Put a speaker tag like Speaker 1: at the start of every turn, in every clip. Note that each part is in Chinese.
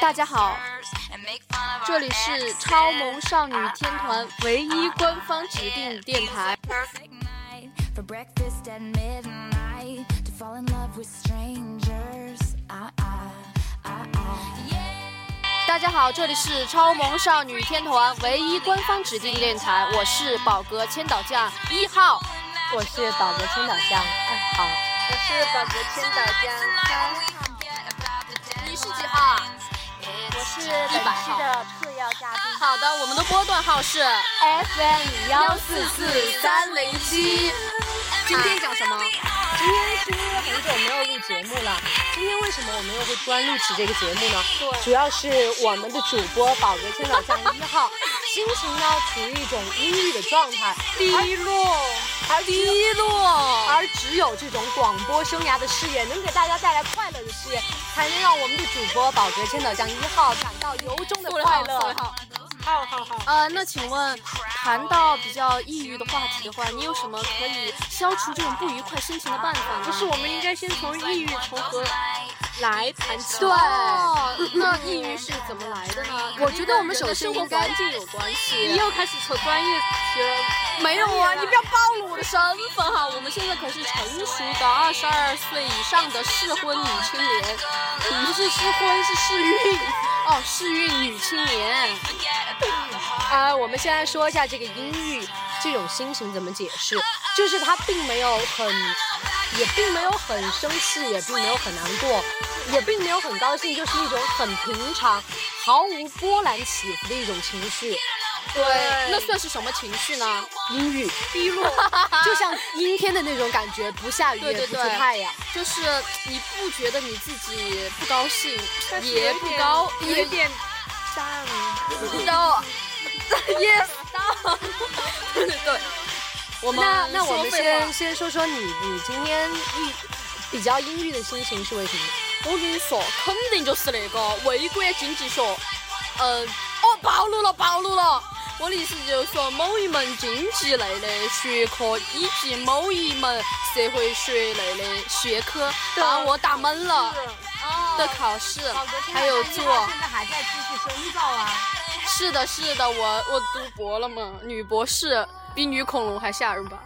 Speaker 1: 大家好，这里是超萌少女天团唯一官方指定电台。大家好，这里是超萌少女天团唯一官方指定电台，我是宝格千岛酱一号，
Speaker 2: 我是宝格千岛酱二号，
Speaker 3: 我是宝格千岛酱三号，
Speaker 1: 你是几号啊？
Speaker 2: 我是本期的特邀嘉宾。
Speaker 1: 好的，我们的波段号是
Speaker 2: FM 幺四四三零七。
Speaker 1: 今天讲什么？
Speaker 2: 今天今天很久没有录节目了，今天为什么我们又会突然录起这个节目呢？
Speaker 1: 对
Speaker 2: 主要是我们的主播宝格千岛酱一号心情呢处于一种阴郁的状态，
Speaker 1: 低落，
Speaker 2: 而只有
Speaker 1: 低落。
Speaker 2: 而只有这种广播生涯的事业，能给大家带来快乐的事业，才能让我们的主播宝格千岛酱一号感到由衷的快乐。
Speaker 3: 好好好。
Speaker 1: 呃，那请问，谈到比较抑郁的话题的话，你有什么可以消除这种不愉快心情的办法呢？
Speaker 3: 不是，我们应该先从抑郁从何来谈起。
Speaker 1: 对， 哦那抑郁 是怎么来的 呢？
Speaker 2: 我觉得我们首先
Speaker 1: 生活
Speaker 2: 应该
Speaker 1: 环境有关系。
Speaker 3: 你又开始扯专业题了。
Speaker 1: 没有啊，你不要暴露我的身份哈、我们现在可是成熟的二十二岁以上的适婚女青年，不是适婚，是适孕 哦，适孕女青年。
Speaker 2: 啊、我们先来说一下这个阴郁这种心情怎么解释，就是他并没有很，也并没有很生气，也并没有很难过，也并没有很高兴，就是一种很平常、毫无波澜起伏的一种情绪，
Speaker 1: 对，那算是什么情绪呢？
Speaker 2: 阴郁，
Speaker 3: 低落，
Speaker 2: 就像阴天的那种感觉，不下雨
Speaker 1: 对对
Speaker 2: 也不出
Speaker 1: 对
Speaker 2: 太阳。
Speaker 1: 就是你不觉得你自己不高兴，
Speaker 3: 但是
Speaker 1: 也
Speaker 3: 有一
Speaker 1: 不
Speaker 3: 点
Speaker 1: 高，
Speaker 3: 有
Speaker 1: 也
Speaker 3: 一点淡。
Speaker 1: 不到，yes 到，对对对。我们
Speaker 2: 那那我
Speaker 1: 说
Speaker 2: 们
Speaker 1: 废话
Speaker 2: 先先说说你，你今天郁比较阴郁的心情是为什么？
Speaker 1: 我跟你说，肯定就是那个微观经济学。嗯，哦，暴露了，暴露了。我的意思就是说，某一门经济类的学科以及某一门社会学类的学科
Speaker 3: 的
Speaker 1: 把我打懵了的考试，还有做。
Speaker 4: 现在还在继续深造啊。
Speaker 1: 是的，是的，我我读博了嘛，女博士比女恐龙还吓人吧？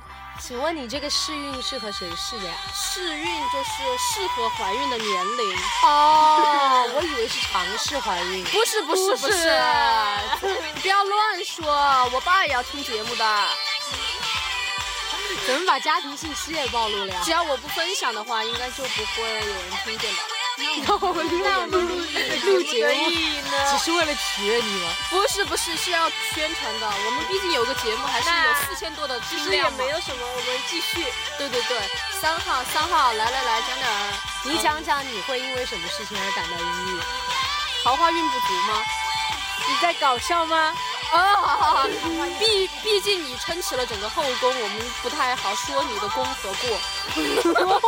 Speaker 2: 请问你这个试孕是和谁试的呀？
Speaker 1: 适孕就是适合怀孕的年龄。
Speaker 2: 哦， 我以为是尝试怀孕。
Speaker 1: 不是不是
Speaker 2: 不
Speaker 1: 不
Speaker 2: 是
Speaker 1: 是， 你不要乱说，我爸也要听节目的。
Speaker 2: 怎么把家庭信息也暴露了呀
Speaker 1: 只？要我不分享的话，应该就不会有人听见吧？
Speaker 2: 那我们录录节目只是为了取悦你吗？
Speaker 1: 不是不是，是要宣传的。我们毕竟有个节目，还是有四千多的
Speaker 3: 其
Speaker 1: 听
Speaker 3: 实也
Speaker 1: 量嘛
Speaker 3: 没。有什么，我们继续。
Speaker 1: 对对对，三号三号，来来来，讲点儿
Speaker 2: 你讲讲你会因为什么事情而感到抑郁？
Speaker 1: 桃花运不足吗？
Speaker 3: 你在搞笑吗？
Speaker 1: 啊，好好
Speaker 2: 哦
Speaker 1: 好， 毕毕竟你撑起了整个后宫，我们不太好说你的功和过。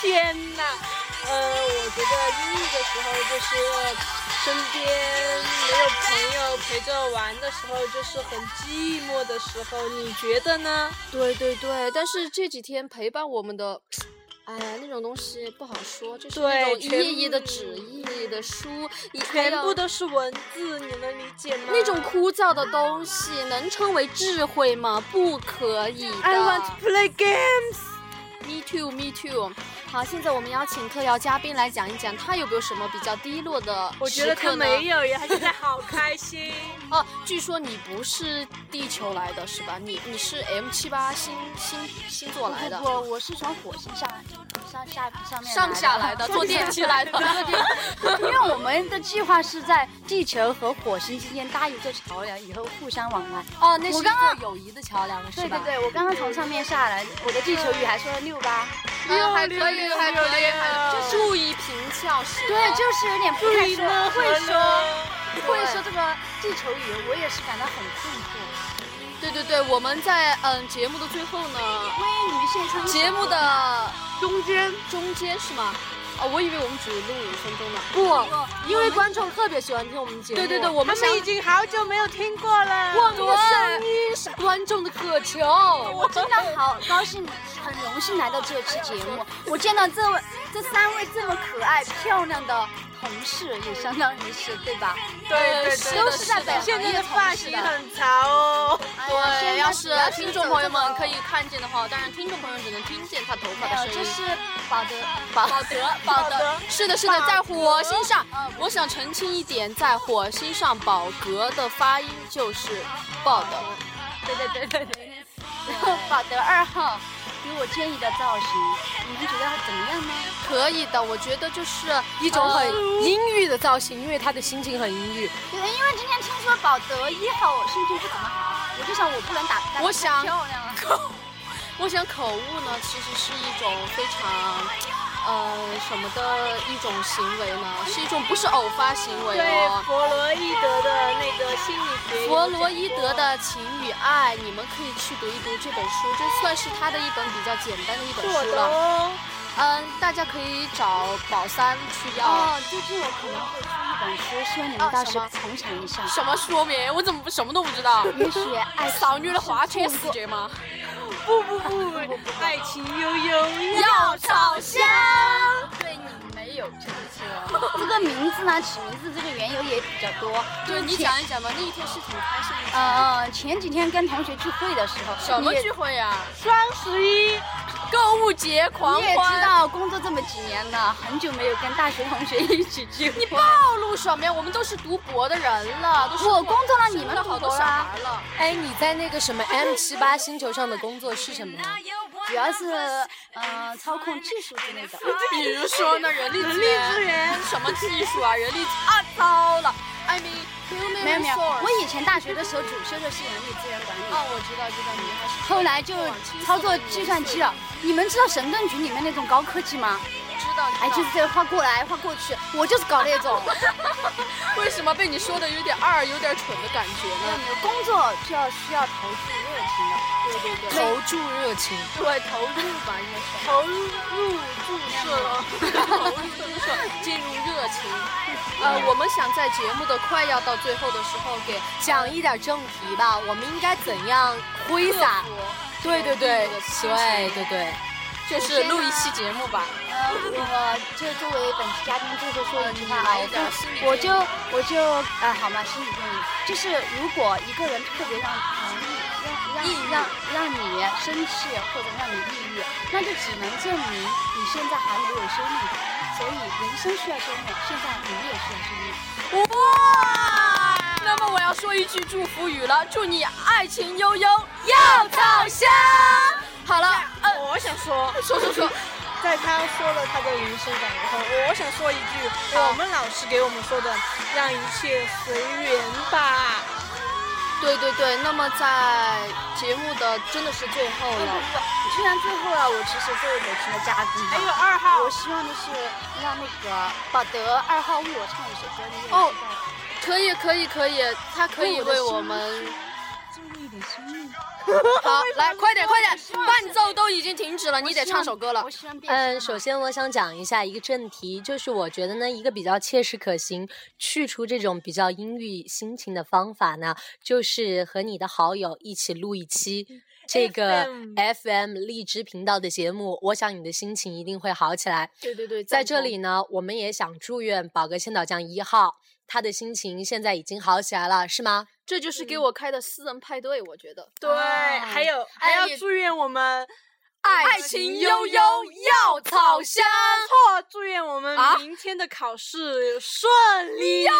Speaker 3: 天呐，呃，我觉得抑郁的时候就是身边没有朋友陪着玩的时候，就是很寂寞的时候，你觉得呢？
Speaker 1: 对对对，但是这几天陪伴我们的，哎呀，那种东西不好说，就是那
Speaker 3: 对
Speaker 1: 种一
Speaker 3: 全
Speaker 1: 页一页的
Speaker 3: 部
Speaker 1: 纸、一页一页的书，你还
Speaker 3: 全
Speaker 1: 有
Speaker 3: 部都是文字，你能理解吗？
Speaker 1: 那种枯燥的东西，能称为智慧吗？不可以的。
Speaker 3: I want to play games。
Speaker 1: Me too, me too。好，现在我们邀请特邀嘉宾来讲一讲，他有没有什么比较低落的
Speaker 3: 我觉得
Speaker 1: 时刻
Speaker 3: 他
Speaker 1: 呢
Speaker 3: 没有呀，他现在好开心。
Speaker 1: 哦，据说你不是地球来的是吧？你你是 M 七八星星星座来的
Speaker 4: 不，不不，我是从火星上上下上面
Speaker 1: 上下来 的，坐电梯来的。
Speaker 4: 因为我们的计划是在地球和火星之间搭一座桥梁，以后互相往来。
Speaker 2: 哦，那
Speaker 4: 是
Speaker 2: 是
Speaker 4: 一个
Speaker 2: 友谊的桥梁，
Speaker 4: 对对对，我刚刚从上面下来，我的地球语还说了六八，
Speaker 1: 啊还可以，还可以，还可以
Speaker 3: 就
Speaker 1: 注意平翘舌。
Speaker 4: 对，就是有点不太说，会说会说这个地球语，我也是感到很困惑。
Speaker 1: 对对对，我们在嗯节目的最后呢，
Speaker 4: 因为你们现场
Speaker 1: 节目的
Speaker 3: 中间
Speaker 1: 中间是吗？哦，我以为我们只录五分钟呢。
Speaker 2: 不，因为观众特别喜欢听我们节目。
Speaker 1: 对对对，我们
Speaker 3: 他
Speaker 1: 想
Speaker 3: 们已经好久没有听过了。
Speaker 2: 我们的声音是观众的渴求。
Speaker 4: 我真的好高兴，很荣幸来到这期节目。我见到这位、这三位这么可爱、漂亮的同事，也相当于是对吧？
Speaker 3: 对对
Speaker 1: 是
Speaker 3: 对，
Speaker 1: 的
Speaker 4: 都是在北
Speaker 3: 现
Speaker 4: 航
Speaker 3: 在
Speaker 4: 一个
Speaker 3: 的
Speaker 4: 城
Speaker 3: 发
Speaker 4: 市
Speaker 3: 型
Speaker 4: 的。
Speaker 3: 很潮哦。
Speaker 4: 哎呀
Speaker 1: 对，要是听众朋友们可
Speaker 4: 以，
Speaker 1: 以看见的话，当然听众朋友只能听见他头发
Speaker 4: 没
Speaker 1: 的
Speaker 4: 有，
Speaker 1: 声
Speaker 4: 呃这
Speaker 1: 音。
Speaker 4: 是保德
Speaker 1: 保 德，保
Speaker 3: 保
Speaker 1: 德
Speaker 3: 德，
Speaker 1: 是的，是的，在火星上
Speaker 4: 嗯，
Speaker 1: 我想澄清一点，在火星上，宝格的发音就是报的。
Speaker 4: 对对对对对。然后 保德二号给我建议的造型，你们觉得怎么样呢？
Speaker 1: 可以的，我觉得就是
Speaker 2: 一种很
Speaker 1: 呃
Speaker 2: 阴郁的造型，因为他的心情很阴郁。
Speaker 4: 对，因为今天听说保德一号心情不怎么好，我就想我不能打扮
Speaker 1: 我想
Speaker 4: 太漂亮了。
Speaker 1: 我想口误呢，其实是一种非常，呃，什么的一种行为呢？是一种不是偶发行为
Speaker 3: 对
Speaker 1: 哦，。
Speaker 3: 弗洛伊德的那个心理学，
Speaker 1: 弗洛伊德的《情与爱》，你们可以去读一读这本书，这算是他的一本比较简单的一本
Speaker 3: 做
Speaker 1: 书
Speaker 3: 的
Speaker 1: 了。
Speaker 3: 哦。
Speaker 1: 嗯，大家可以找宝三去要。
Speaker 4: 哦，最近我可能会出一本书，希望你们到时
Speaker 1: 啊
Speaker 4: 捧场一下。
Speaker 1: 什么说明？我怎么什么都不知道？
Speaker 4: 也许爱情
Speaker 1: 哎扫虐了滑
Speaker 4: 是
Speaker 1: 铁
Speaker 4: 通
Speaker 1: 死
Speaker 4: 过
Speaker 1: 觉吗？
Speaker 3: 不不不，爱情悠悠。
Speaker 1: 药草香。
Speaker 4: 对你没有这个。这个名字呢，起名字这个缘由也比较多。
Speaker 1: 对你
Speaker 4: 前
Speaker 1: 讲一讲吧，那一天是挺开心的。
Speaker 4: 呃，前几天跟同学聚会的时候，
Speaker 1: 什么
Speaker 4: 你也
Speaker 1: 聚会呀、
Speaker 3: 双十一，
Speaker 1: 购物节狂
Speaker 4: 你也知
Speaker 1: 欢。
Speaker 4: 道，工作这么几年了，很久没有跟大学同学一起聚会。
Speaker 1: 你暴露什么呀？我们都是读博的人了，都是
Speaker 4: 我工作了
Speaker 1: 生
Speaker 4: 你们
Speaker 1: 了
Speaker 4: 读
Speaker 1: 好多
Speaker 4: 博
Speaker 1: 小
Speaker 4: 啦
Speaker 1: 孩了。
Speaker 2: 哎，你在那个什么 M 七八星球上的工作是什么呢？
Speaker 4: 主要是呃操控技术之类的。
Speaker 1: 比如说呢，人力人
Speaker 3: 人力资源
Speaker 1: 什么技术啊？人力啊，糟了，I mean human
Speaker 4: 没有没有，
Speaker 1: resource
Speaker 4: 我以前大学的时候主修的是人力资源管理。
Speaker 1: 哦，我哦知道，知道，你还是
Speaker 4: 后来就操作计算机了。你们知道神盾局里面那种高科技吗？
Speaker 1: 知道，知道
Speaker 4: 哎，就是这个画过来画过去，我就是搞那 种。
Speaker 1: 为什么被你说的有点二，有点蠢的感觉呢？
Speaker 4: 工作就要需要投注热情的，
Speaker 1: 对对对
Speaker 2: 投注热 情，
Speaker 1: 对，投入吧，应该是。
Speaker 3: 投入注射了。
Speaker 1: 进入热情。呃，我们想在节目的快要到最后的时候给
Speaker 2: 讲一点正题吧。我们应该怎样挥洒？对对对，对对对，
Speaker 1: 就是录一期节目吧。
Speaker 4: 呃，我就作为本期嘉宾，最后说一句话啊，
Speaker 1: 来一点心理建议
Speaker 4: 我我就我就啊，好嘛，心理建议就是，如果一个人特别让容易让让让让你生气或者让你抑郁，那就只能证明你现在还没有修炼，所以人生需要修炼，现在你也需要修炼。
Speaker 1: 哇！那么我要说一句祝福语了，祝你爱情悠悠，药草香。好了，呃，
Speaker 3: 我想说，
Speaker 1: 说说说，
Speaker 3: 在他说了他的人生感言后，我想说一句，我们老师给我们说的，让一切随缘吧。
Speaker 1: 对对对。那么在节目的真的是最后
Speaker 4: 不
Speaker 1: 了，
Speaker 4: 不，虽然最后了，我其实作为本期的嘉宾，
Speaker 3: 还有二号
Speaker 4: 我，希望的是让那个保德二号为我唱一首歌，你也知
Speaker 1: 哦
Speaker 4: 道
Speaker 1: 可以可以可以，他可以为我们。好，来，快点，快点，伴奏都已经停止了，你得唱首歌了
Speaker 4: 我。希望变啊
Speaker 2: 嗯，
Speaker 4: 身
Speaker 2: 首
Speaker 4: 嘛
Speaker 2: 先我想讲一下一个正题，就是我觉得呢，一个比较切实可行去除这种比较阴郁心情的方法呢，就是和你的好友一起录一期这个
Speaker 3: FM
Speaker 2: FM 荔枝频道的节目，我想你的心情一定会好起来。
Speaker 1: 对对对，
Speaker 2: 在这里呢，我们也想祝愿宝格千岛酱一号，他的心情现在已经好起来了，是吗？
Speaker 1: 这就是给我开的私人派对，我觉得。
Speaker 3: 对，还有还
Speaker 1: 哎
Speaker 3: 要祝愿我们
Speaker 1: 爱情悠悠药草香，
Speaker 3: 错，祝愿我们
Speaker 1: 啊
Speaker 3: 明天的考试顺利。
Speaker 1: 啊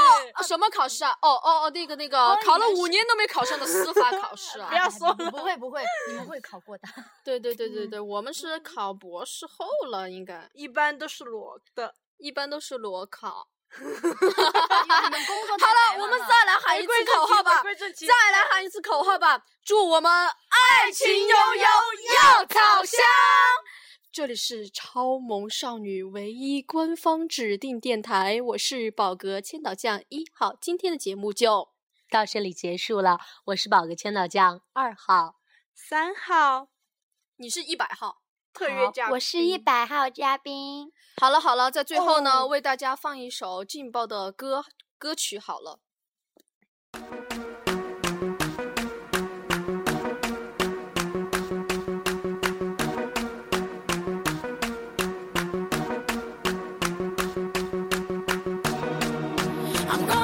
Speaker 1: 什么考试啊？哦哦哦，那个那个，考了五年都没考上的司法考 试啊
Speaker 3: 不！要说
Speaker 4: 不
Speaker 3: 了，
Speaker 4: 不会不会，你们会考过 的。
Speaker 1: 对对对对对，我们是考博士后了，应该
Speaker 3: 一般都是裸的。
Speaker 1: 一般都是裸考。
Speaker 4: 你们工作
Speaker 1: 好
Speaker 4: 太
Speaker 1: 了，
Speaker 4: 忙
Speaker 1: 我们再来哎喊一
Speaker 3: 回
Speaker 1: 次
Speaker 3: 归正
Speaker 1: 口号
Speaker 3: 题，
Speaker 1: 吧
Speaker 3: 回，归正题。
Speaker 1: 再来喊一次口号吧，祝我们爱情悠悠药草香。这里是超萌少女唯一官方指定电台，我是宝格千岛酱一号。今天的节目就
Speaker 2: 到这里结束了，我是宝格千岛酱二号。
Speaker 3: 三号。
Speaker 1: 你是一百号，
Speaker 3: 特约嘉宾。
Speaker 4: 我是一百号嘉宾。
Speaker 1: 好了好了，在最后呢，为大家放一首劲爆的歌歌曲好了。
Speaker 5: I'm gonna